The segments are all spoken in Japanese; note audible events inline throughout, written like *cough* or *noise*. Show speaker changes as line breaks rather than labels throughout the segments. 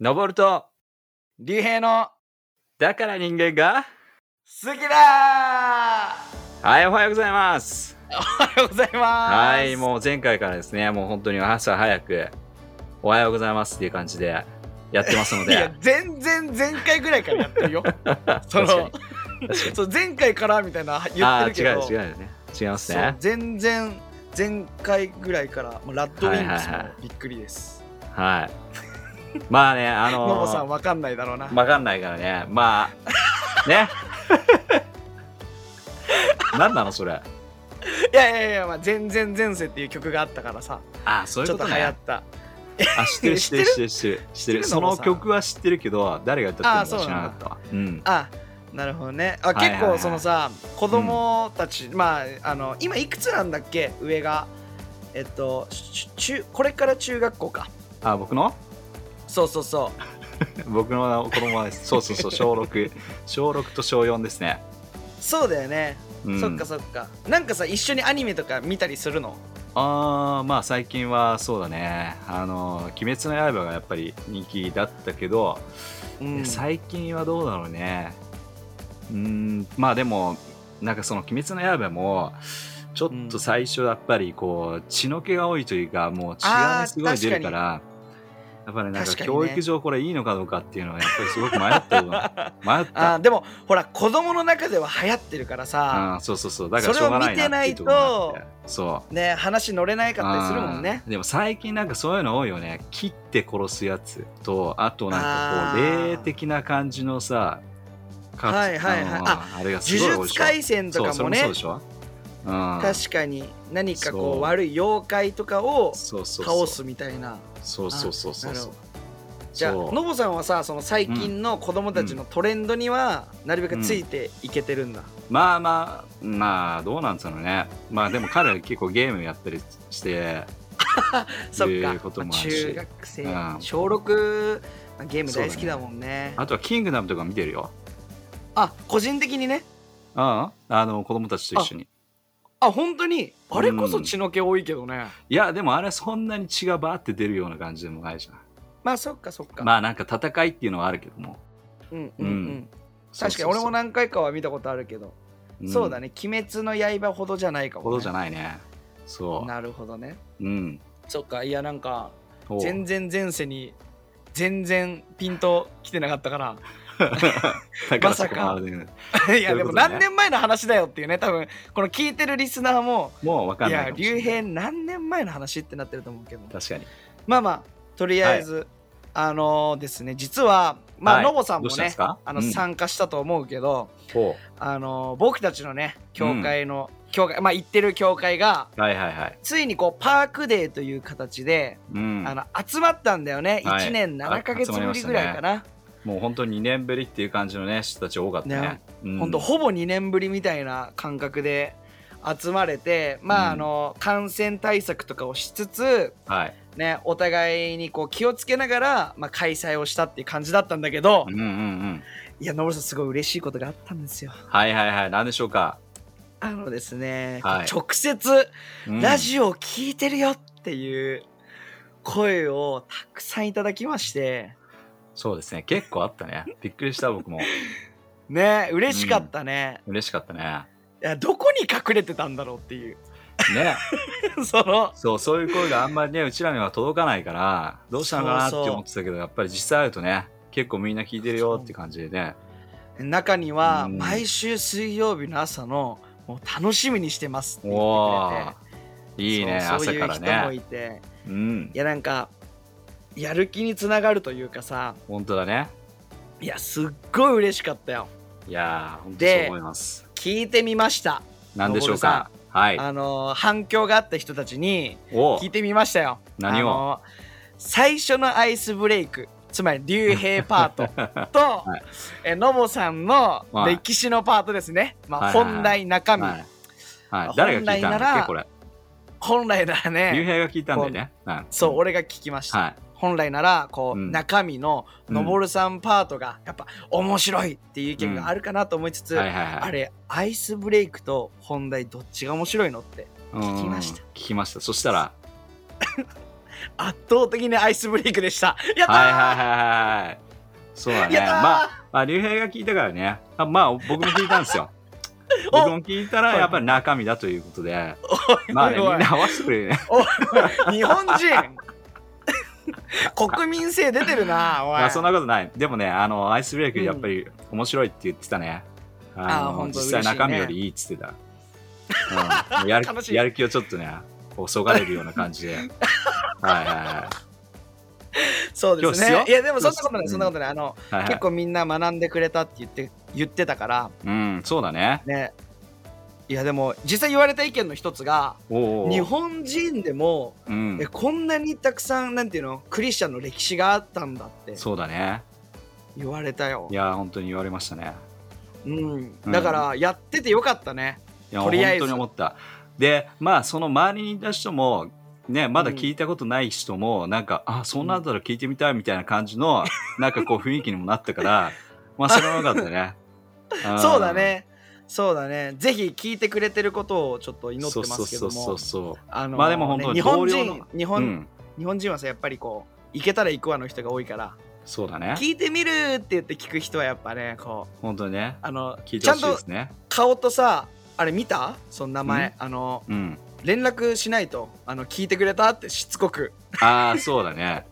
登ると、竜兵の、だから人間が、
好きだ
はい、おはようございます。
おはようございます
はい、もう前回からですね、もう本当に朝早く、おはようございますっていう感じでやってますの
*laughs* い
で
や、全然前回ぐらいからやって
*laughs*
るよその
確か
そう前回からみたいな言
あ
っ
あ
てるけど
ー違う違うよね。違います
そう
ね。
全然前回ぐらいからもうラッドウィンプス
はいはい
も
は
びっくりです
はい。まあね、あ
マ
の
マさんわかんないだろうな、
わかんないからね。まあ、ね。 *laughs* 何なのそれ。あ
いやいやいや、まあ、全然前世っていう曲があったからさ
あ、そうい
ち
う
ょっ
ことと
流行
ね
っ。た
あ、知ってる知ってる知ってる知ってる。知って
知ってる
る。その曲は知ってるけど、誰が歌ってるのか知らなかったわ。うん。
あなるほどねあ
はいはい
結
は
構
い
そのさ、子供たち、まああの今いくつなんだっけ上がえっとし中これから中学校か
あ、僕の
そうそうそう
僕の子供はです、そうそうそう、小6。小6と小4ですね。
そうだよね、
うん
そっかそっかなんかさ一緒にアニメとか見たりするの
あーまあ最近はそうだね「あの鬼滅の刃」がやっぱり人気だったけど、
うん
最近はどうだろうねうーんまあでもなんかその「鬼滅の刃」もちょっと最初やっぱりこう血の気が多いというかもう血が
あー
ねすごい出るからやっぱりなんか
確かにね
教育上これいいのかどうかっていうのはやっぱりすごく迷ったよ迷っ
*laughs* あ
た
ーでもほら子供の中では流行ってるからさ、
あそうそうそうだからしょうがないなっていうところがあってそう
ね話乗れないかったりするもんね
あーでも最近なんかそういうの多いよね切って殺すやつとあとなんかこ
あー
う霊的な感じのさか
はいはいはい
あのーあれがすごい多
呪
いで
術
しょ
廻戦とかも
そうそれもそう
ね
でしょ、うん、
確かに何かこ
そうう
悪い妖怪とかを
そうそうそ
倒
う
すみたいな
そうそうそうそう
あなる
そ
ほ
う
どじゃあノボさんはさその最近の子供たちのトレンドにはなるべくついていけてるんだ、
まあまあまあどうなんつうのねまあでも彼ら結構ゲームやったりして
*laughs* そっ
い
か
うこと
ま
も
あ
あるし
中学生、
うん
小6、まあゲーム大好きだもんね
あとは「キングダム」とか見てるよ
あ個人的にね
うんあの子供たちと一緒に
あ本当にあれこそ
うん
血の気多いけどね、
いやでもあれそんなに血がバーって出るような感じでもないじゃん
まあそっかそっか、
まあなんか戦いっていうのはあるけども
うんうんう
うん
確かに俺も何回かは見たことあるけどそうだ
ね
ね「鬼滅の刃」ほどじゃないかも、ね、
ほどじゃ
な
ないねそ
るほどね
ううん
そっかいやなんか
そう
全然前世に全然ピンときてなかったか
だからそこ
まさか
までね
ら *laughs* いや
そうい
で
う
も
ことね
何年前の話だよっていうね多分この聞いてるリスナーも
もう分か
い
んない
や
かもしれな
竜
い
兵何年前の話ってなってると思うけど
確かに
まあまあとりあえず、あのですね実はまあ、
はい
ノボさん
どう
も
したんで
ね
すか
あの
うん
参加したと思うけど、
ほ
あの僕たちのね教会の、教会まあ行ってる教会が
うはいはいはい
ついにこうパークデーという形で、
うん
あの集まったんだよね、一
はい
1年7ヶ月
あ集まり
ぶ
ま
り
した
ぐ
ね
らいかな、
もう本当に2年ぶりっていう感じのね人たち多かった
ね
ねうん
ほんとほぼ2年ぶりみたいな感覚で集まれてまあ、
うん
あの感染対策とかをしつつ
はい
ねお互いにこう気をつけながら、まあ、開催をしたっていう感じだったんだけど、
うんうんうん
いやノブさんすごい嬉しいことがあったんですよ
はいはいはい何でしょうか
あのですね、
はい
直接
うん
ラジオを聞いてるよっていう声をたくさんいただきまして
そうですね結構あったねびっくりした僕も
ね嬉しかったね、
嬉しかったね
いやどこに隠れてたんだろうっていう *laughs*
ね
その
そうそういう声があんまりねうちらには届かないからどうしたのかなって
そうそう
思ってたけどやっぱり実際会うとね結構みんな聞いてるよって感じでね
中には
うん
毎週水曜日の朝のもう楽しみにしてますって言
お
って
ー
くれて
いいね
そうそう
朝
い
か
う
ら
人も
ね
いて
うん
いやなんかやる気につながるというかさ
本当だね
いやすっごい嬉しかったよ
いやー本当そ
で
う思います
聞いてみました、
何でしょうかはい
あの反響があった人たちに
お
聞いてみましたよ
何
あ
を
の最初のアイスブレイクつまり竜兵パート
*laughs*
と、
はい
えのぼさんの
はい
歴史のパートですね、まあ、
はいはいはい
本来中身、
はいはい
本来
誰が聞いたんだ
な
っ
ら
けこれ
本来なら
竜
ね
兵が聞いたんだよねん
そう俺が聞きました、
はい
本来ならこう、
うん
中身の
うん
のぼるさんパートがやっぱ面白いっていう意見があるかなと思いつつ、
はいはいはい
あれアイスブレイクと本題どっちが面白いのって
うん
聞きました
聞きましたそしたら
圧倒的にアイスブレイクでしたやったー、
はいはいはいはい。そうだね。
やったー
まあ、まあ、竜兵が聞いたからね。あまあ、僕も聞いたんですよ。
*laughs* お
僕も聞いたら、やっぱり中身だということで。まあね、みん
おいおい
な合わせてくれるね。
*laughs* 日本人国民性出てるなお
い
い
や、そんなことない。でもね、あの、アイスブレイクやっぱり面白いって言ってたね。あ
あー
の
ほんと
実際中身よりいいって言ってた。うん、や
*laughs*
る
悲しい
やる気をちょっとね、こう、そがれるような感じ
*laughs*
で。はいはいは
そうです
今日
ね
っすよ
いやでもそんなことな
う
い
ん
そんなことないあの
い。はいは
結
い、
構みんな学んでくれたって言って言ってたから
うん、そうだね。
ねいやでも実際言われた意見の一つが
おうおう
日本人でも
うん
え、こんなにたくさんなんていうのクリスチャンの歴史があったんだって
そうだね。
言われたよ
い、や、本当に言われましたね。
うん、
うん
だからやっててよかったね
いや
とりあえず
本当に思ったでまあその周りにいた人もねまだ聞いたことない人も、なんかあそんなんだったら聞いてみたいみたいな感じ
*laughs*
の、なんかこう雰囲気にもなったからまあそれはよかった
*laughs*
ねあー
そうだねそうだねぜひ聞いてくれてることをちょっと祈ってますけども
そうそうそうそ
あの
まあでも本当に
ね日本
同僚
人
の
日
う、う
本、
ん、
日本人はさやっぱりこう行けたら行くわの人が多いから
そうだね
聞いてみるって言って聞く人はやっぱねこう
本当にね
あの
聞い
ち
て
ゃ
ほ
ん
しいで
と
すね
顔とさあれ見たその名前あの
うん
連絡しないとあの聞いてくれたってしつこく
ああそうだね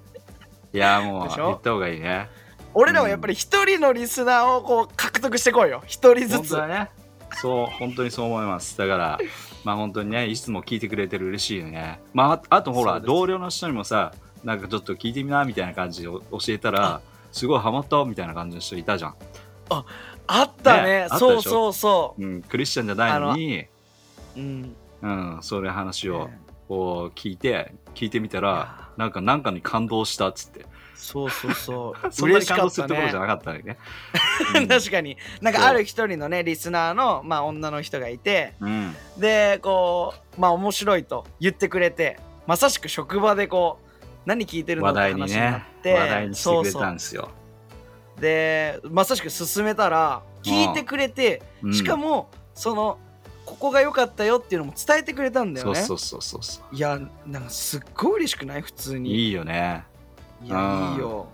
いやもう
でしょ
言った方がいいね
俺らはやっぱり一人のリスナーをこう獲得してこいよ一人ず
本
つ
当だねそう本当にそう思いますだからまあ本当にねいつも聞いてくれてる嬉しいよねまあああとほ
そう
ら
です
同僚の人にもさなんかちょっと聞いてみなみたいな感じで教えたらすごいハマったみたいな感じの人いたじゃん、
あったね
ねあったでし
そ
ょ
うそうそ
うん、クリスチャンじゃないのに
ううん
うんそういう話を
ね
こう聞いて聞いてみた
い
ら
や
なんかなんかに感動したっつって
そうそうそう *laughs*
そんな
嬉
に
しか
感動
ったね
するところじゃなかったの
*laughs*
にね
確かになんかある一人のねリスナーの、まあ、女の人がいて
うん、うん
でこうまあ面白いと言ってくれてまさしく職場でこう何聞いてるの
話
って
題に
話にな
ね
って
話題にしてくれ
そう
た
そ
んですよ
うでまさしく進めたら聞いてくれて、
うん
しかもそのここが良かったよっていうのも伝えてくれたんだよね
そうそうそうそう
いやなんかすっごい嬉しくない普通にい
いいよね
やいいよ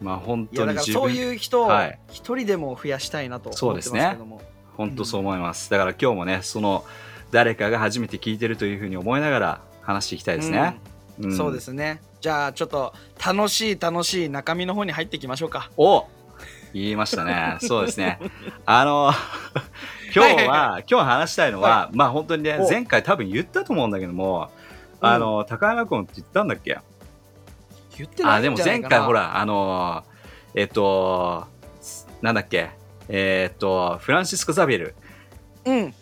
まあ本
いや
当に
だから
自
そう
分
いう人を
はい
一人でも増やしたいなと
そ
思
う
っ
で
て
す
ま
ね
すけども、
本当そう思います、だから今日もねその誰かが初めて聞いてるというふうに思いながら話していきたいですね、
うん
ん
そうですねじゃあちょっと楽しい楽しい中身の方に入っていきましょうか
お言いました
*laughs*
ねそうですねあの今日は,、
はいはい
今日話したいのは、まあ本当にね
お
前回多分言ったと思うんだけども
うん
あの、高山君って言ったんだっけ
言ってな
あ
い
で
ん
も
じゃな
前
いかな
回ほらあのえっとなんだっけえっとフランシスコ・ザビエル
うん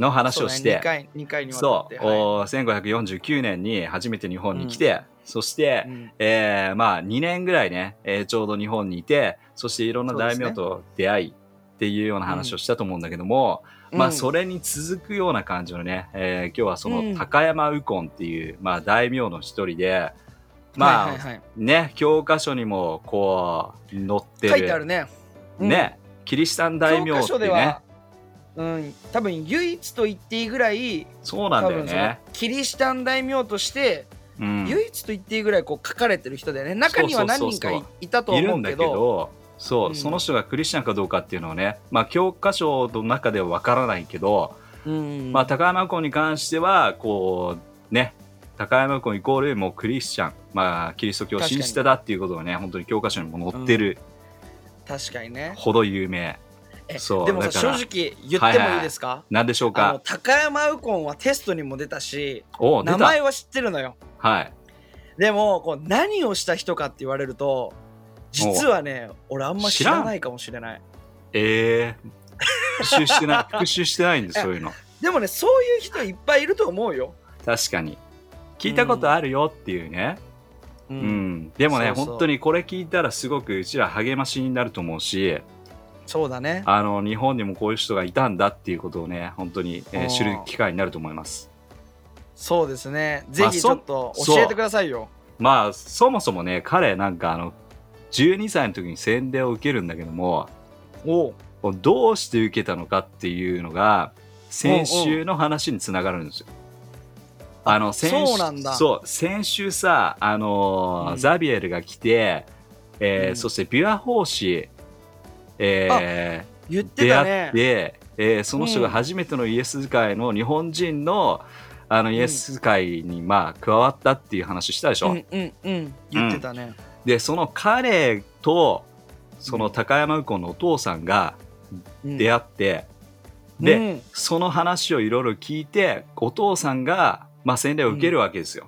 の話をして、
2回二回にわたっ
そう
て、は
お1549年に初めて日本に来て、そして、
いうん
えーまあ2年ぐらいね、えーちょうど日本にいてそしていろんな大名と出会いっていうような話をしたと思うんだけども、まあそれに続くような感じのね、えー今日はそ
うん
の高山右近っていう、まあ、大名の一人で
うん
まあ、
はいはいはい
ね教科書にもこう載ってる
書いてあるねうん
ねキリシタン大名
教
っ
科書
てね
ではうん多分唯一と言っていいぐらい
そうなん
多
だよ
分その
ね。
キリシタン大名として
うん
唯一と言っていいぐらいこう書かれてる人だよね中には何人か
そう
い
そう
いたと
いる
思
ん
う
だ
け
け
ど
どそう、
うん
その人がクリスチャンかどうかっていうのをね、まあ、教科書の中ではわからないけど、
うん
まあ、高山湖に関してはこうね高山湖イコールもうクリスチャン、まあ、キリスト教信じてだっていうことをね本当に教科書にも載ってる
確かにね
ほど有名、
え
そう
でもさ
だか
正
ら
直言ってもいいですか
なんでしょう
あの
か
高山右近はテストにも出たし
お出
名
た
前は知ってるのよ
はい
でもこう何をした人かって言われると実はね俺あんま知らないかもしれない
えー、復習してない
*laughs*
復習してないんですそういうの
でもねそういう人いっぱいいると思うよ、
確かに聞いたことあるよっていうね、
う
うんでもね
そうそう
本当にこれ聞いたらすごくうちら励ましになると思うし
そうだね
あの日本にもこういう人がいたんだっていうことをね本当に、えー
うん
知る機会になると思います
そうですねぜ
まあ
ひち
そ
ょっと教えてくださいよ、
まあそもそもね彼なんかあの12歳の時に洗礼を受けるんだけども
おう
どうして受けたのかっていうのが先週の話につながるんですよ。あの先
そうなんだ
そう先週さ、あのー
うん
ザビエルが来て、えー
うん
そしてビュア法師、え
言っ
ー
て
出
た
会
ね
って、えーその人が初めてのイエス会の日本人の,、あのイエス会に、まあ、加わったっていう話したでし
う
ょ。
んうんうん言ってたね、
でその彼とその高山右近のお父さんが
うん
出会って、で、
うん
その話をいろいろ聞いてお父さんが、まあ、洗礼を受けるわけですよ。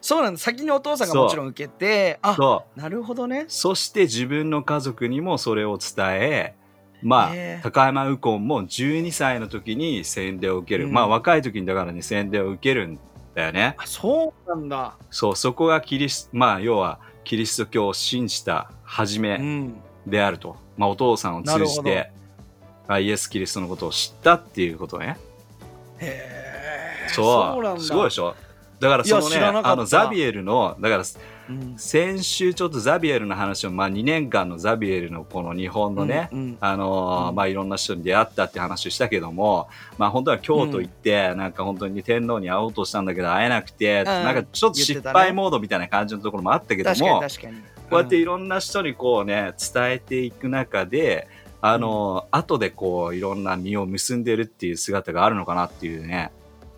そうなんだ先にお父さんがもちろん受けてあ
そう
なるほどね
そして自分の家族にもそれを伝え、まあ、
へえ
高山右近も12歳の時に洗礼を受ける、
うん
まあ若い時にだからね洗礼を受けるんだよね
あそうなんだ
そうそこがキリスまあ要はキリスト教を信じた初
う
め
ん
であると、まあ、お父さんを通じ
なる
てあイエス・キリストのことを知ったっていうことね
へえ
そう
なんだ
すごいでしょだからその
い
ね
や知らなかった
あのザビエルのだから
うん
先週ちょっとザビエルの話を、まあ、2年間のザビエルのこの日本のね、
うんうん
あのー
うん
まあ、いろんな人に出会ったって話をしたけども、まあ、本当は京都行って、なんか本当に天皇に会おうとしたんだけど会えなくて、
ん
なんかちょっと失
言ってたね
敗モードみたいな感じのところもあったけど
確か
も、
に確かに
こうやっていろんな人にこうね伝えていく中で、あのー後でこういろんな実を結んでるっていう姿があるのかなっていうね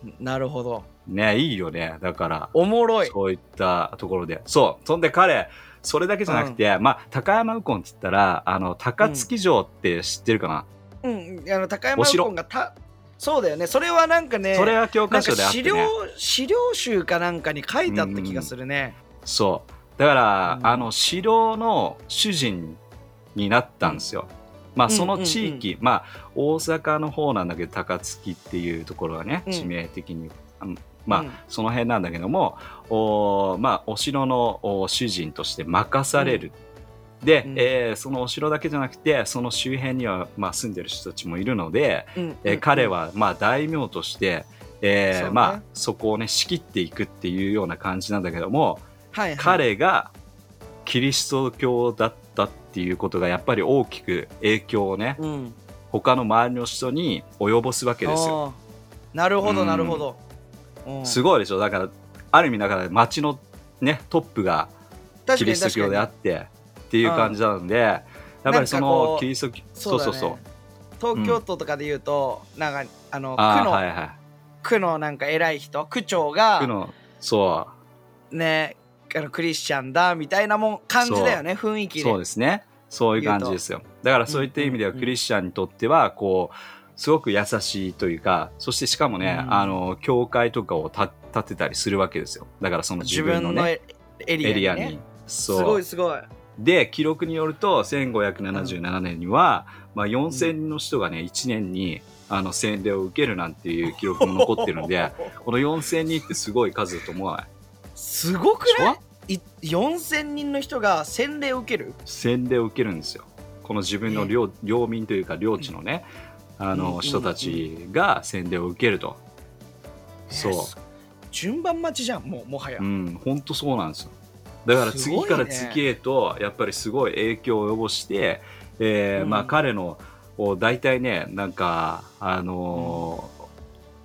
うんなるほど
ねいいよねだから
おもろい
そういったところで。そう。そんで彼、それだけじゃなくて、まあ、高山右近って言ったら、あの、高槻城って知ってるかな、
うんあの高
お
山右
城
近がたそうだよねそれはなんかね
それは教
な
科
んか
書であって
資料
ね。
資料集かなんかに書いてあった気がするね
そう。だから、
うん
あの、城の主人になったんですよ。まあ、
うん
その地域、まあ、大阪の方なんだけど、高槻っていうところはね、
うん
地名的に。あのまあ、
うん
その辺なんだけども、おーまあ、お城のお主人として任される。で、
うん
えーそのお城だけじゃなくて、その周辺には、まあ、住んでる人たちもいるので、
うん
えー
うん
彼は、まあ、大名として、えー
そうね
まあ、そこをね、仕切っていくっていうような感じなんだけども、
はいはい
*laughs* 彼がキリスト教だったっていうことが、やっぱり大きく影響をね、
うん
他の周りの人に及ぼすわけですよ。
あーなるほ
う
ど
ん
なるほど、うん
すごいでしょだからある意味だから町のねトップがキリスト教であ
っ
ってっていう感じなのでやっぱりそ
なんかこ
の
う
キリスト教
そうだ、ね、
そう
東京都とかで言うと、なんかあの区
ああ
の、
はいは
区のなんか偉い人区長
い区
が
のそ
ねあのクリスチャンだみたいなもん感じだよね雰囲
う
気で
そうですねそういう感じですよだからそういった意味では
うんうんう
ク
ん
リスチャンにとってはこうすごく優しいというかそしてしかもね、
うん
あの教会とかをた立てたりするわけですよだからその自
自
分
分
の
の,、
ね
エ
エ
リアに,、ね、
リアにそ
す
う
ごいすごい
で記録によると1577年には、まあ、4,000人の人がね1年にあの洗礼を受けるなんていう記録も残ってるの
*laughs*
でこの4,000人ってすごい数だと思わない
すごく
でし
な
ょ
いい4000人の人が洗礼を受ける
洗礼を受けるんですよこの自分の領領民というか領地のねあ
うんうんう
の
ん
人たちが洗礼を受けるとそう
えー順番待ちじゃんもうもはや、
うん本当そうなんですよだから
すごい
次
ね
から次へとやっぱりすごい影響を及ぼして、えー
うん
まあ、彼のお大体ねなんかあのー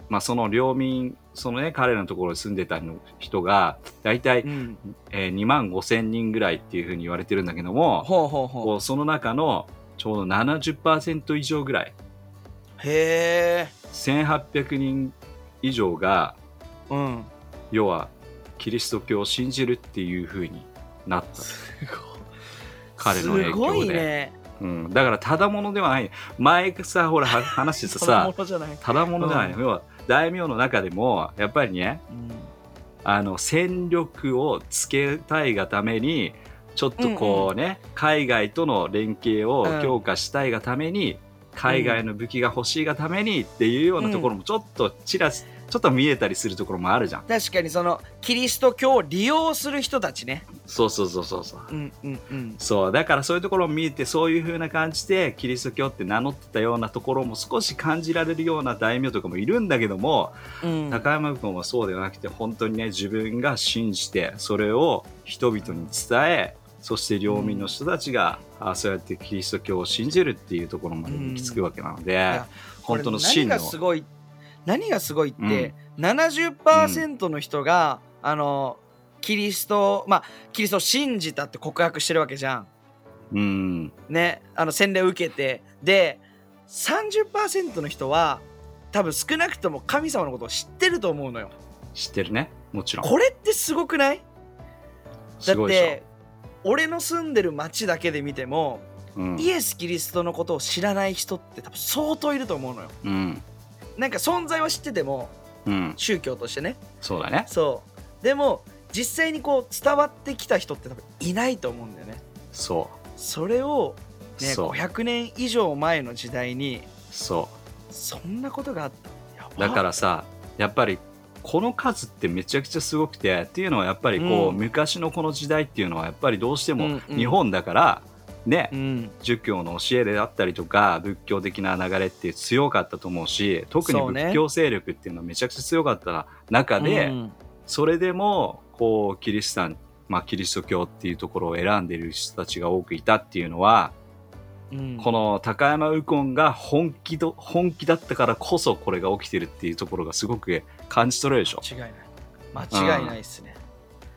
まあ、その領民そのね彼のところに住んでた人が大体、
うん
えー2万5千人ぐらいっていうふうに言われてるんだけども
ほうほうほ
こ
う
うその中のちょうど70%以上ぐらい
へえ
1800人以上が
うん
要はキリスト教を信じるっていうふうになったと。彼の影響です
ごいね
うん、だからただものではない前さほらは話してたさ
*laughs* そんなものじゃない、
ただものではない、要は大名の中でもやっぱりねあの戦力をつけたいがためにちょっとこうね、海外との連携を
うん
強化したいがために、海外の武器が欲しいがためにっていうようなところもちょっとちらちょっと見えたりするところもあるじゃん。
確かにそのキリスト教を利用する人たちね
そうそうそうそうそう。
うんうんうん
そうだからそういうところを見てそういう風な感じでキリスト教って名乗ってたようなところも少し感じられるような大名とかもいるんだけども、
うん
高山君はそうではなくて本当にね自分が信じてそれを人々に伝えそして領民の人たちが、あそうやってキリスト教を信じるっていうところまで行き着くわけなので、
や
本当の真
これ何が
の
すごい何がすごいって、70%の人が、あのキリストまあキリストを信じたって告白してるわけじゃん。
うん。
ね、あの洗礼を受けてで30%の人は多分少なくとも神様のことを知ってると思うのよ。
知ってるね。もちろん。
これってすごくないだ
す
っ
ごいで
て俺の住んでる町だけで見ても、
しょ。うん。
イエス・キリストのことを知らない人って多分相当いると思うのよ。
うん。
なんか存在は知ってても
うん。
宗教としてね
そうだね。
そうでも実際にこう伝わってきた人って多分いないと思うんだよね
そ
それを、
う。
ね、
そう。
500年以上前の時代に
そ
そんなことがあったや
う。
ば
だからさ、やっぱり、この数ってめちゃくちゃすごくて、っていうのはやっぱりこう、
うん
昔のこの時代っていうのはやっぱりどうして
う
も
んうん
日本だから、ね、
うん
儒教の教えであったりとか仏教的な流れって強かったと思うし特に
そうね
仏教勢力っていうのはめちゃくちゃ強かった中で、
うん
それでもこうキリシタン、まあ、キリスト教っていうところを選んでいる人たちが多くいたっていうのは、
うん
この高山右近が本気ど本気だったからこそこれが起きてるっていうところがすごく感じ取れるでしょ。
間違いない間違いないですね、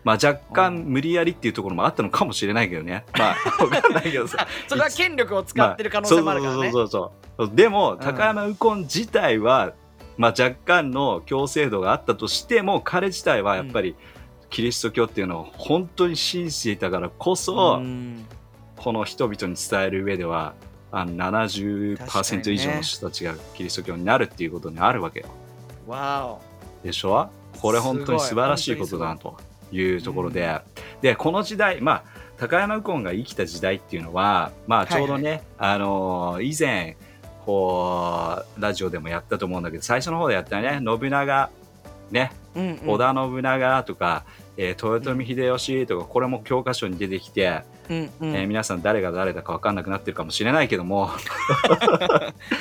まあ、若干
うん
無理やりっていうところもあったのかもしれないけどね。まあ、わかんないけどさ。
*laughs* それは権力を使ってる可能性もあるからね、
そうそうそうそうでも、
ん
高山右近自体は、まあ、若干の強制度があったとしても彼自体はやっぱり、キリスト教っていうのを本当に信じていたからこそ、
うん
この人々に伝える上ではあの
確かに
70%
ね
以上の人たちがキリスト教になるっていうことになるわけよ
わ
でしょこれ本当に素晴らしいことだなというところで、でこの時代まあ高山右近が生きた時代っていうのはまあちょうどね、あのー以前こうラジオでもやったと思うんだけど最初の方でやったね信長ね
おうんうん
織田信長とか、えー豊臣秀吉とかこれも教科書に出てきて、
うんうん
えー皆さん誰が誰だか分かんなくなってるかもしれないけども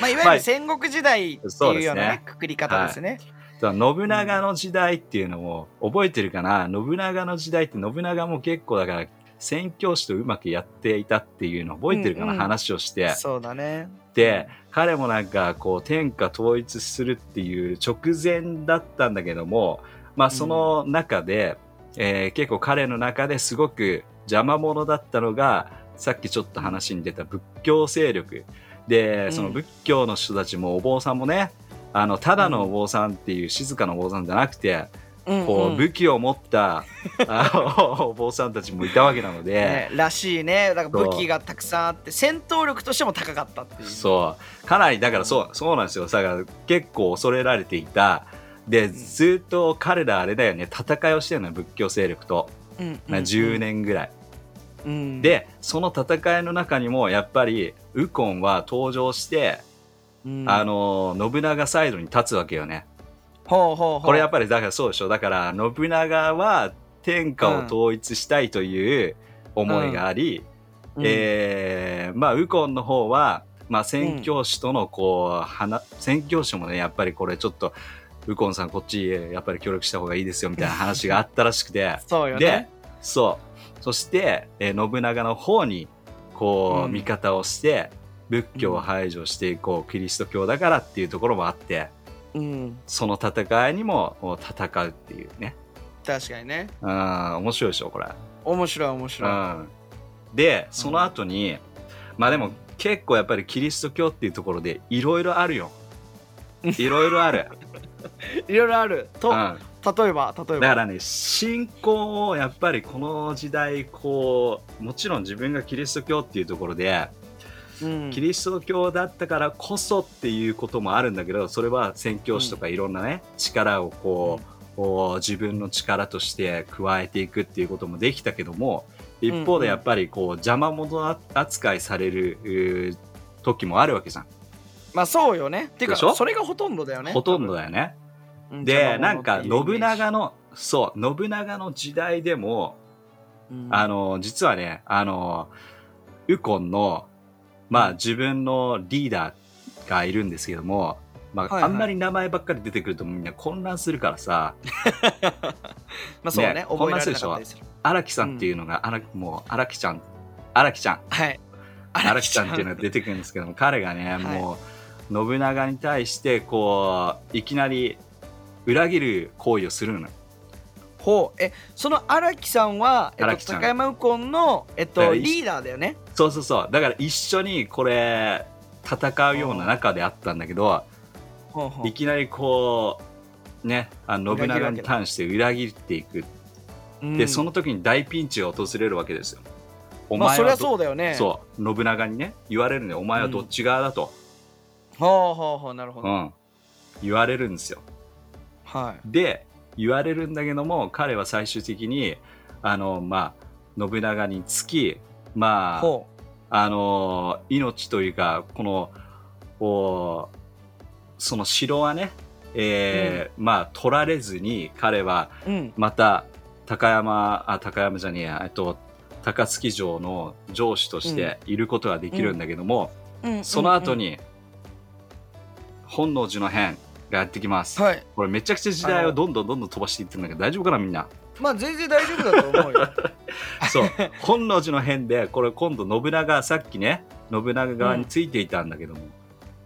まあ、いわゆる戦国時代っていうような、ね
はい
くくり方ですね。
その信長の時代っていうのも覚えてるかな、信長の時代って信長も結構だから宣教師とうまくやっていたっていうの覚えてるかな、
うんうん
話をして
そうだね。
で彼もなんかこう天下統一するっていう直前だったんだけどもまあその中で、えー結構彼の中ですごく邪魔者だったのがさっきちょっと話に出た仏教勢力
う
で
ん
その仏教の人たちもお坊さんもねあのただのお坊さんっていう静かなお坊さんじゃなくて、
うん
こ
うん
う武器を持ったあのお坊さんたちもいたわけなので、
*laughs* ねらしいね。だか
そ
ら
う
武器がたくさんあって戦闘力としても高かったっていう。
そうかなりだからそう,、そうなんですよだから結構恐れられていたでずっと彼らあれだよね戦いをしてるのよ仏教勢力と、
うんうんうん
10、年ぐらい、
うん、
でその戦いの中にもやっぱり右近は登場して、
うん
あの信長サイドに立つわけよね
ほうほうほう
これやっぱりだからそうでしょだから信長は天下を統一したいという思いがあり、
うん、
えーまあ、ウコンの方は、まあ、宣教師とのこう、話宣教師もね、やっぱりこれちょっと、ウコンさんこっち、やっぱり協力した方がいいですよみたいな話があったらしくて
*laughs* そうよ
で
ね。、
そう。そして、えー信長の方に、こう、
うん
味方をして、仏教を排除していこう、キリスト教だからっていうところもあって、
うん、
その戦いにもこう戦うっていうね。
確かにね。
うん、面白いでしょ、これ。
面白い面白い。
うん、でその後に、まあでも結構やっぱりキリスト教っていうところでいろいろあるよいろいろある、
いろいろある。
う
と、
ん、
例
だ
えば例えば。
からね信仰をやっぱりこの時代こうもちろん自分がキリスト教っていうところで、
うん、
キリスト教だったからこそっていうこともあるんだけどそれは宣教師とかいろんなね、力をこう、お自分の力として加えていくっていうこともできたけども一方でやっぱりこう邪魔者扱いされるうー時もあるわけじゃん、
まあそうよね。っていうか
でしょ
それがほとんどだよね。
ほとんどだよね。
多分。う
でなんか信長
の、
のそう信長の時代でも、
うん
あの実はねあの右近のまあ自分のリーダーがいるんですけども、まあ
はいはい
あんまり名前ばっかり出てくるとみんな混乱するからさ
まあそうね
ね
覚えられなかったりする。
荒木さんっていうのが、荒木もう荒木ちゃん荒木ちゃん
はい。
荒木ちゃんっていうのが出てくるんですけども彼がね、
い
もう信長に対してこういきなり裏切る行為をするの
ほうえその荒木さんは、えっ
荒
と、
木さん
高山右近の、えっ
だか
と、
ら一緒
リーダーだよね
そうそうそうだから一緒にこれ戦うような中であったんだけど
ほうほう
いきなりこうねあの信
裏切る
長
わけ
に
だ
関して裏切っていく
うん
でその時に大ピンチが訪れるわけですよ。お
まあそりゃ
ど
そうだよね
そう信長にね言われるねお前はどっち側だと、
ほうほうほうなるほ
う
ど、
ん言われるんですよ。
はい
で言われるんだけども彼は最終的にあのまあ信長につきまあ
ほ
あの命というかこのおその城はね、えーまあ取られずに彼は
ううん
また高山あ高山じゃねえやえっと高槻城の城主としていることができるんだけども、
うん
その後、に本能寺の変がやってきます、
うんうんはい
これめちゃくちゃ時代をどんどんどんどん飛ばしていってるんだけど大丈夫かなみん
*laughs*
な
まあ全然大丈夫だと思うよ *laughs*
そう本能寺の変でこれ今度信長さっきね信長側についていたんだけども、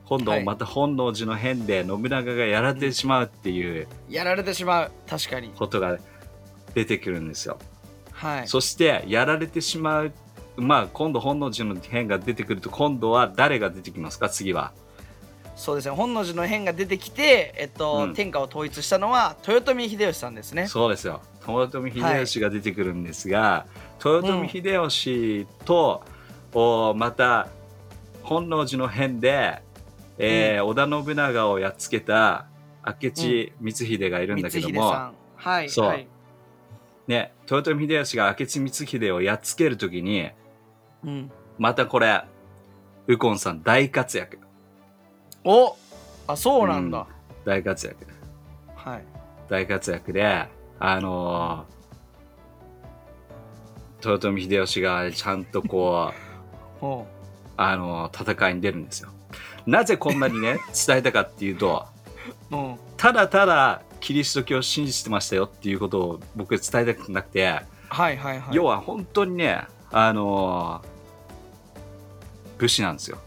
今
は
度
い
また本能寺の変で信長がやられてしまうっていう
やられてしまう確かに
ことが出てくるんですよ
はい
そしてやられてしまう、まあ、今度本能寺の変が出てくると今度は誰が出てきますか次は
そうですね本能寺の変が出てきて、えっと
うん
天下を統一したのは豊臣秀吉さんですね
そうですよ豊臣秀吉が出てくるんですが、豊臣秀吉と、おまた本能寺の変で、えー織田信長をやっつけた明智光秀がいるんだけども、
んはい
そう
はい
ね、豊臣秀吉が明智光秀をやっつけるときに
うん、
またこれ右近さん大活躍
おあそうなんだ、
大活躍
はい
大活躍で、あのー豊臣秀吉がちゃんとこう、 *laughs*
ほ
あのー戦いに出るんですよ。なぜこんなにね、 *laughs* 伝えたかっていうと、
ううん
ただただキリスト教を信じてましたよっていうことを僕は伝えたくなくて、
はいはいはい
要は本当にね、あのー武士なんですよ。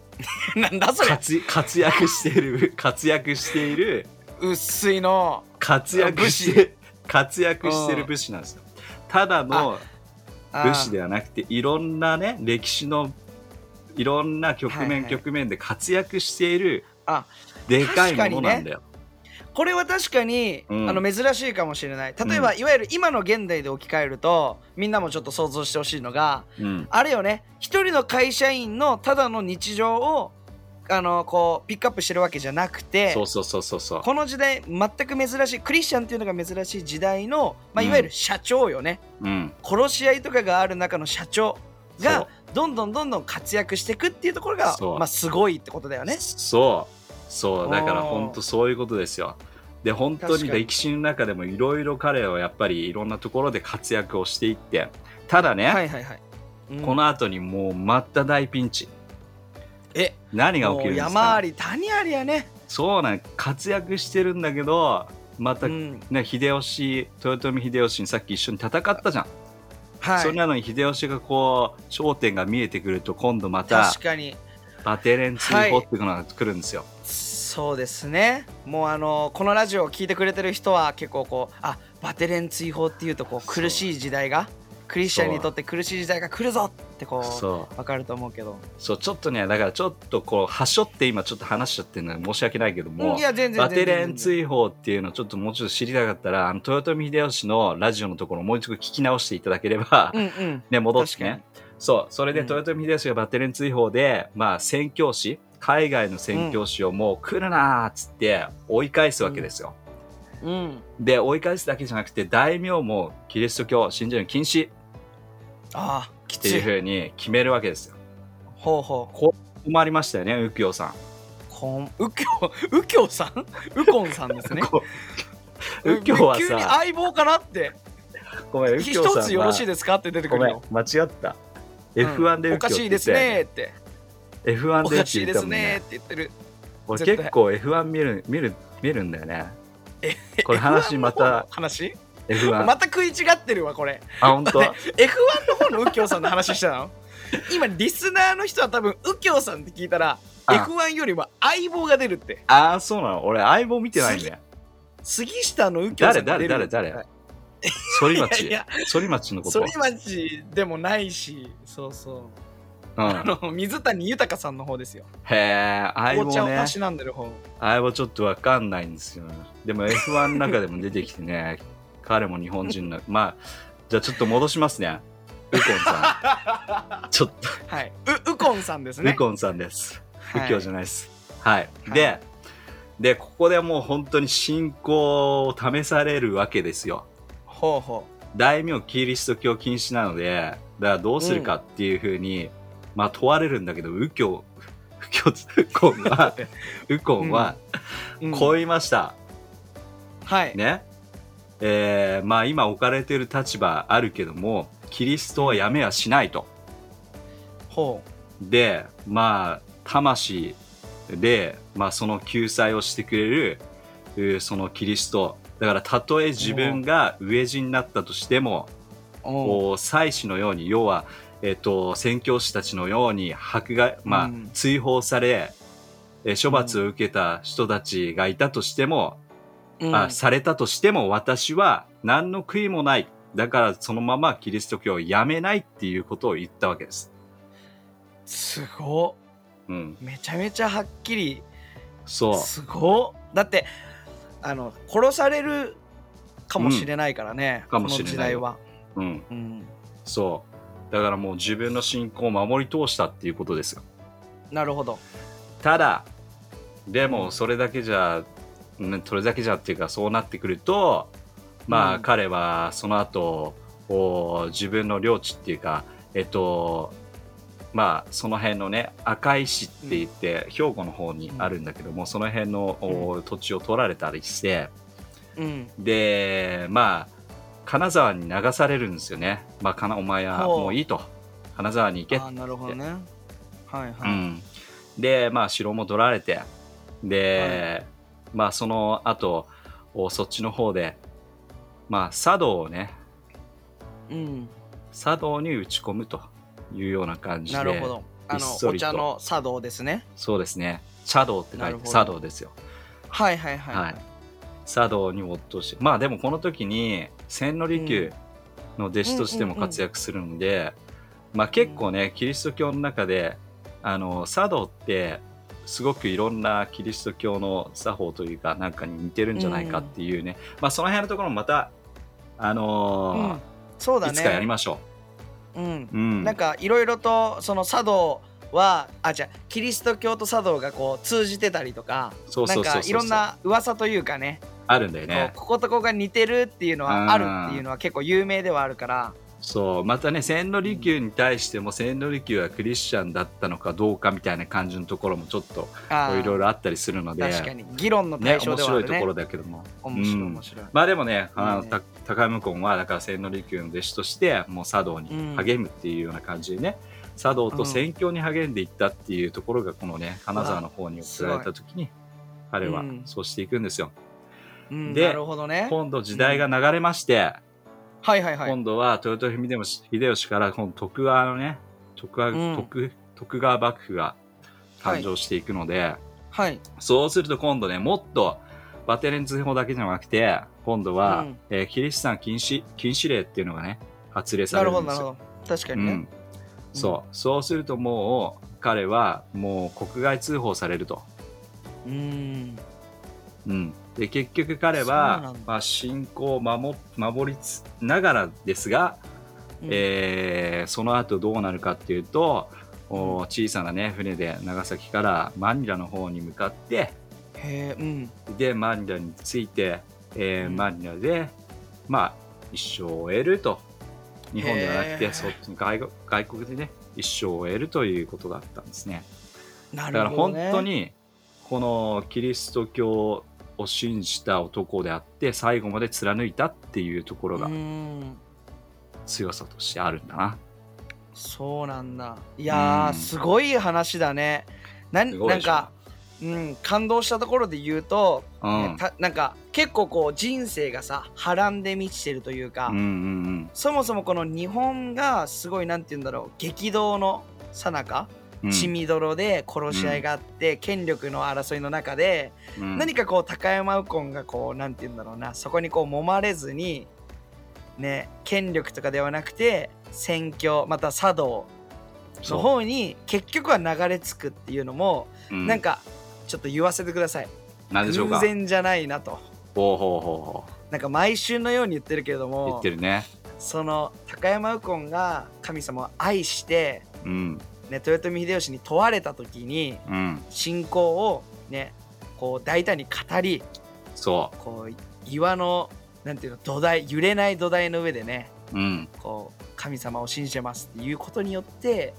*laughs* なんだそれ
活活躍してい
*laughs*
る、活躍している、
薄いの
活躍し
武
て、活躍してる武士なんですよ。ただの
あー
武士ではなくていろんなね歴史のいろんな局面、
はいはい
局面で活躍している
あ
でかいものなんだよ、
これは確かに、
うん
あの珍しいかもしれない例えば、
う
いわゆる今の現代で置き換えるとみんなもちょっと想像してほしいのが
うん、
あれよね一人の会社員のただの日常をあのこうピックアップしてるわけじゃなくて
そうそうそうそうそう
この時代全く珍しいクリスチャンっていうのが珍しい時代の、まあ、
うん
いわゆる社長よね、
うん
殺し合いとかがある中の社長
そう
がどんどんどんどん活躍していくっていうところが、
そう
まあ、すごいってことだよね。
そうそうだから
おー
本当そういうことですよで本当に
確かに
歴史の中でもいろいろ彼はやっぱりいろんなところで活躍をしていってただね、
はいはいはい。うん
この後にもうまた大ピンチ
え
何が起き
も
る
う
で
ん
す
山あ
か
り谷ありやね。
そうなん活躍してるんだけどまた
うん
ね、秀吉豊臣秀吉にさっき一緒に戦ったじゃん、
は
それ
い、
なのに秀吉がこう焦点が見えてくると今度また
確かに
バテレン追放っていうのが来るんですよ、
そうですねもうあのこのラジオを聞いてくれてる人は結構こうあバテレン追放っていうとこう
そう
苦しい時代がクリスチャンにとって苦しい時代が来るぞってこう
そう
分かると思うけど
そうちょっとねだからちょっとこうはしょって今ちょっと話しちゃってるので申し訳ないけど
う
も
んいや全然
バテ
全然
レン
全然
追放っていうのをちょっともうちょっと知りたかったらあの豊臣秀吉のラジオのところをもう一度聞き直していただければ、
うんうん
ね戻って
確
ねそうそれで
うん
豊臣秀吉がバッテリー追放で、まあ宣教師海外の宣教師をもう来るなーっつって追い返すわけですよ、
うん
で追い返すだけじゃなくて大名もキリスト教を信じるの禁止っ
ああき
て
つ
いう
い
ふうに決めるわけですよ
ほうほう
困りましたよね右京さん
こん右京右京さん右近さんですね
こう右京は
急に
さ
相棒かなって
ごめん右
一
京さんは
つよろしいですかって出てく
ご
る
めん
よ
間違った、
う
F1
ん
で右京って言って
おかしいですねーってお
F1 で
か
って
し
言
い
っ
で
た
す
もんね
ねーって言ってる
俺
絶対
結構 F1 見る見る見るんだよねこれ話また
話
F1
また食い違ってるわこれ
あ本当
F1 の方の右京さんの話してたの今リスナーの人は多分右京さんって聞いたら
あ
F1 よりも相棒が出るって
ああ、そうなの。俺、相棒見てないんだよ。
杉下の右京さんが出る
誰誰誰反町。
いや
反町のこ
そ
と。
れ町でもないしそうそううあ
ん、
の水谷豊さんの方ですよ
へえ、相
紅茶
棒
を
ね
た。しなんでる方
相棒ちょっとわかんないんですよ。でも F1 の中でも出てきてね、彼も日本人の。まあ、じゃあちょっと戻しますね。ウコンさん。
*laughs*
ちょっと。
はい、うウコンさんですね。
ウコンさんです。
はい
右京じゃないです。はい。
はい
で、で、ここでもう本当に信仰を試されるわけですよ。
ほうほ
大名キリスト教禁止なので、だからどうするかっていうふうに、まあ問われるんだけど、右京、 *laughs* 右京、右近
*laughs*
は、右近は、
う。うん
こう言いました。
はい。
ね。えーまあ今置かれている立場あるけども、キリストはやめはしないと。
ほう。
でまあ魂で、まあ、その救済をしてくれるうーそのキリストだからたとえ自分が飢え死になったとしても
おう
こう祭司のように要は、えっと宣教師たちのように迫害、まあ
うん
追放されえー処罰を受けた人たちがいたとしても、
うん
あされたとしても私は何の悔いもないだからそのままキリスト教をやめないっていうことを言ったわけです。
すごっ。
うん、
めちゃめちゃはっきり。
そう
すごっ。だって、あの、殺されるかもしれないからね。
うんかもしれない
この時代は。
うん、
うん。
そう。だからもう自分の信仰を守り通したっていうことですよ。
なるほど。
ただ、でもそれだけじゃ、ねそれだけじゃっていうかそうなってくると、まあ
うん
彼はその後、お自分の領地っていうか、えっと、まあその辺のね、赤石って言って、兵庫の方にあるんだけども、その辺の、お土地を取られたりして、
うん。
でまあ金沢に流されるんですよね、まあ、かなお前は
ほう
もういいと金沢に行け、
あなるほどね。はいうは
ん、でまあ城も取られてで、まあその後おそっちの方でまあ茶道をね
い。うん。
茶道に打ち込むというような感じで
なるほど。あ
ひっ
の、
そ
お
りと
茶の茶道ですね。
そうですね茶道って書
ないるほ
て
ど
茶道ですよ
はいはいはい。
はい、茶道に没頭してまあでもこの時に千利休の弟子としても活躍するので、まあ、結構ねキリスト教の中であの茶道ってすごくいろんなキリスト教の作法というかなんかに似てるんじゃないかっていうね、まあ、その辺のところもまた、あ
うん
の。
そう
ー
だね。
いつかやりましょ
うん。
う。うん、
なんかいろいろとその茶道はあじゃキリスト教と茶道がこう通じてたりとか
そうそうそうそう
なんかいろんな噂というかね
あるんだよね
こう。こことここが似てるっていうのはあるっていうのは結構有名ではあるから
そうまたね千利休に対しても千利休はクリスチャンだったのかどうかみたいな感じのところもちょっと
あー
いろいろあったりするので、
確かに議論の
ね
対、象
面
ではあ
白
る
い
ね
ところだけども。
面白い
うん
面白い、
まあでもね、あの
いいね
た高山君はだから千利休の弟子としてもう茶道に励むっていうような感じでね、茶道と宣教に励んでいったっていうところがこのね金沢の方に送られた時に彼は
うん
そうしていくんですよ。
うん
で
なるほどね
今度時代が流れまして、
はいはいはい
今度は豊臣秀吉秀吉からこの徳川のね徳川,、
うん
徳徳川幕府が誕生していくので。
はい
そうすると今度ね、もっとバテレン通報だけじゃなくて、今度は、
うん
えーキリシタン禁止禁止令っていうのがね、発令され
な
る
るほ
ん
ど
で
な
す
るほ
よ。
ど確か
う
にね、
ん、そう、そうするともう彼はもう国外通報されると。
ううん
うん、で結局彼
そうな
は
んだ、
まあ、信仰を守守りつながらですが、
うん
えーその後どうなるかっていうと、お小さなね船で長崎からマニラの方に向かって、
へえうん
でマニラについて、えー
うん
マニラで、まあ、一生を終えると日本ではなく
へ
て
ー
そっちの外国外国でね一生を終えるということがあったんですね
な
だ
る
から
ほど、
本
ね、
当にこのキリスト教を信じた男であって最後まで貫いたっていうところが
うん
強さとしてあるんだな、
そうなんだいやー、
うん
すごい話だねな
すごい
なん
でしょ
か、うん、感動したところで言うと、
うん
ねたなんか結構こう人生がさ波乱で満ちてるというか、
うんうんうん
そもそもこの日本がすごいなんて言うんだろう激動のさなか
うん
血みどろで殺し合いがあって、権力の争いの中で、
うん
何かこう高山右近がこうなんて言うんだろうなそこにこう揉まれずにね権力とかではなくて選挙また茶道の
そ
方に結局は流れ着くっていうのも、
う、うん
なんかちょっと言わせてください
なんでしょう
偶
か
然じゃないなと
ほうほうほう
なんか毎週のように言ってるけれども
ほう言ってるね
その高山右近が神様を愛して、
うん
ね、豊臣秀吉に問われた時に
うん
信仰をねこう大胆に語り
そ
こう岩のなんていうの土台揺れない土台の上でね
ううん
こう神様を信じてますっていうことによって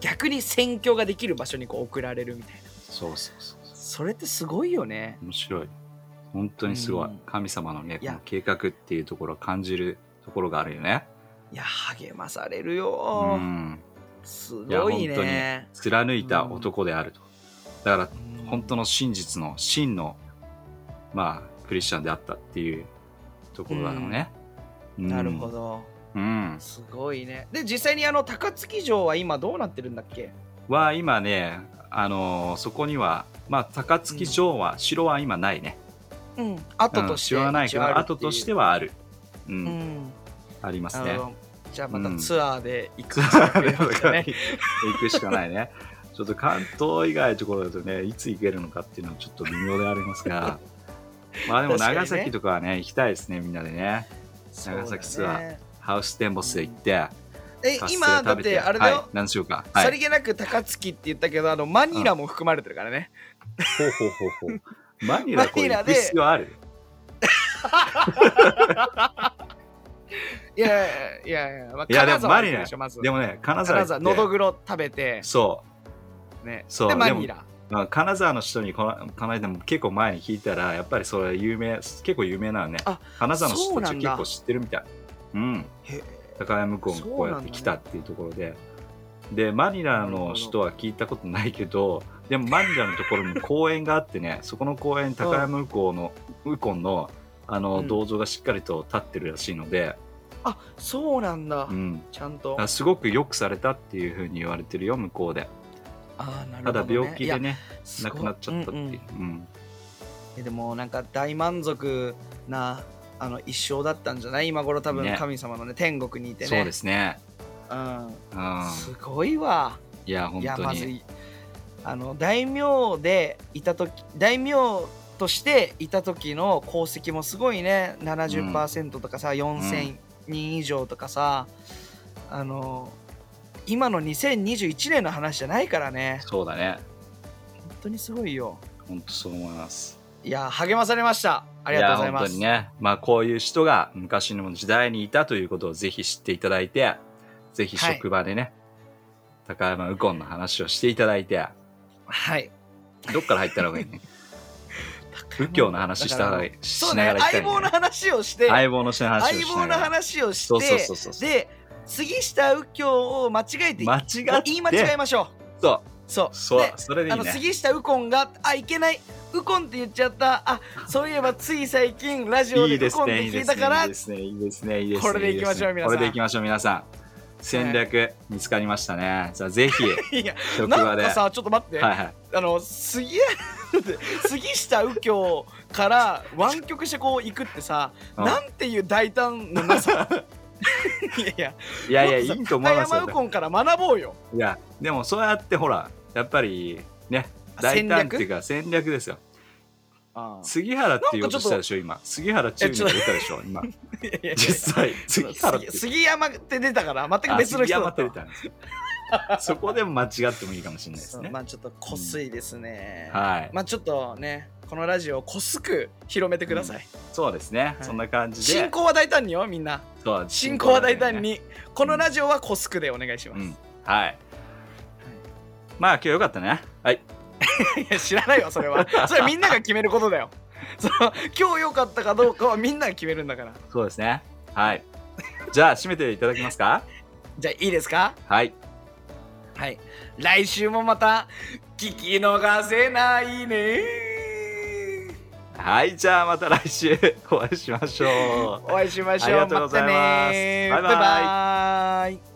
逆に宣教ができる場所にこう送られるみたいな
そうそうそうそう
それってすごいよね
面白い本当にすごい、
うん
神様のね
い
こ
や
の計画っていうところを感じるところがあるよね
いや励まされる
う
よ、
ん
すごい
い
ね
貫いた男であるとだから本当
の
の真実の真のまあクリスチャンであったっていうところなのね、うん
なるほど、
うん
すごいねで実際にあの高槻城は今どうなってるんだっけ
は今ねあのーそこにはまあ高槻城は、城は今ないね
うん後として、
うん城はないけ
一応
ど
あるってい
後
う
としてはあるうん、
うん
あります
な
ね
るほどじゃあま
う
た
ん
ツアーで行 *laughs* く
ツ
し
ア
か
ー
な
で
いわけだね、
*laughs* 行くしかないね。ちょっと関東以外のところだとね、いつ行けるのかっていうのはちょっと微妙であります
*laughs*
が、まあでも
確かにね
長崎とかはね、行きたいですね、みんなでね。長崎ツアー
そうだね
ハウステンボスへ行って、
え
カステラ
今だっ
食べ
てあれだよ、
はい、何でしょうか。は
さり
い。
げなく高槻って言ったけどあのマニラも含まれてるからね、
ほうほうほうほう。
*laughs*
マニラこれ
マニ
行
ラ
く
で
必要ある
いやいやいやいや、まあ、
いやでも
金沢
マニラ
行くでしょまず
でもね、金沢行っ
金
て
沢のどぐろ食べて
そ
ね
そう
で
で
マ
も
ニラ
う、まあ金沢の人にこのこの間も結構前に聞いたら、やっぱりそれ有名、結構有名なのね
あ。
金沢の人たち
そうなんだ
結構知ってるみたい。うん。
へえ
高山向こうがこうやって来たっていうところで、でマニラの人は聞いたことないけどでもマニラのところに公園があってね *laughs* そこの公園に高山向こうの向こうのあの、
うん
銅像がしっかりと立ってるらしいので、
あそうなんだ、
うん、
ちゃんと
あすごくよくされたっていうふうに言われてるよ向こうで
あーなる
た
ほど、
だ
ね、
病気でね
いや
亡くなっちゃったっていう、
すごい
うん
えでもなんか大満足なあの一生だったんじゃない今頃多分
ね
神様のね天国にいてね、
そうですすね、
うん、
うん、
すごいわ
いや本
いや
当
まず
に、
いあの大名でいた時大名としていた時の功績もすごいね70%とかさ、4000人以上とかさあの今の2021年の話じゃないからね
そうだね
本当にすごいよ
本当そう思います
いや励まされましたありがとうございます
や本当にね、まあこういう人が昔の時代にいたということをぜひ知っていただいて、ぜひ職場でね、高山右近の話をしていただいて、
はい
どっから入ったらが
*laughs*
いいね。右京の話したら
そう
しなが
ね
ら行きたい、
相棒の話をして
相棒の人の話を
相
し
棒
な
の
がら。
話をして
そうそうそうそう。
で杉下右京を間違えて
間違って
言い間違えましょう
そう
そう
そう
で
それでい
あ
い
の
ね。
杉下右近があいけない右近って言っちゃったあそういえばつい最近ラジオ
い
で
いで
右
す
近っ
ね、
て
いい
聞
で
い
す
たから
ね、いいですね、いいですね、いいですね。
これで行きましょう
いいですね
皆さん
これで行きましょう、皆さん。戦略見つかりましたね。じゃあぜひ、
*laughs* いや
職
な
場
ん
で。
か
は
さちょっと待って、
いはい。
あの杉 *laughs* 杉下右京から湾曲してこう行くってさ、
うん
なんていう大胆な
*laughs*
なさいやいや
いやいや、
もっ
いい
とさ
と思います
高山
よ
右。近から学ぼうよ
いやでもそうやってほらやっぱりね大
戦
胆っ
略
ていうか戦略ですよ
ああ
杉原っていう
なん
こと
かちょっと
したでしょ今杉原中に出たでしょ今
いやいやいや
*laughs* 実
*laughs*
際杉原って
杉杉山って出たから全く別の人だ
あ
っ
杉山っ
た
て出たんですよそこでも間違ってもいいかもしれないです
そう
ね
まあちょっとこすいですね、
はい
まあちょっとねこのラジオをこすく広めてください、
そうですね
はい
そんな感じ
進
で
行は大胆によみんな
そう
進行は大胆
ね
に、このラジオはこすくでお願いしま
う
す、
んはいまあ今日よかったねはい
いや知らないわそれ
*laughs*
はそれはみんなが決めることだよその今日良かったかどうかはみんなが決めるんだから
そうですねはいじゃあ締めていただけますか
じゃあいいですか
はい
はい来週もまた聞き逃せないね
はいじゃあまた来週 *laughs* お会いしましょう
お会いしましょう
ありがとうございます
たね
バイバイ
バイバイ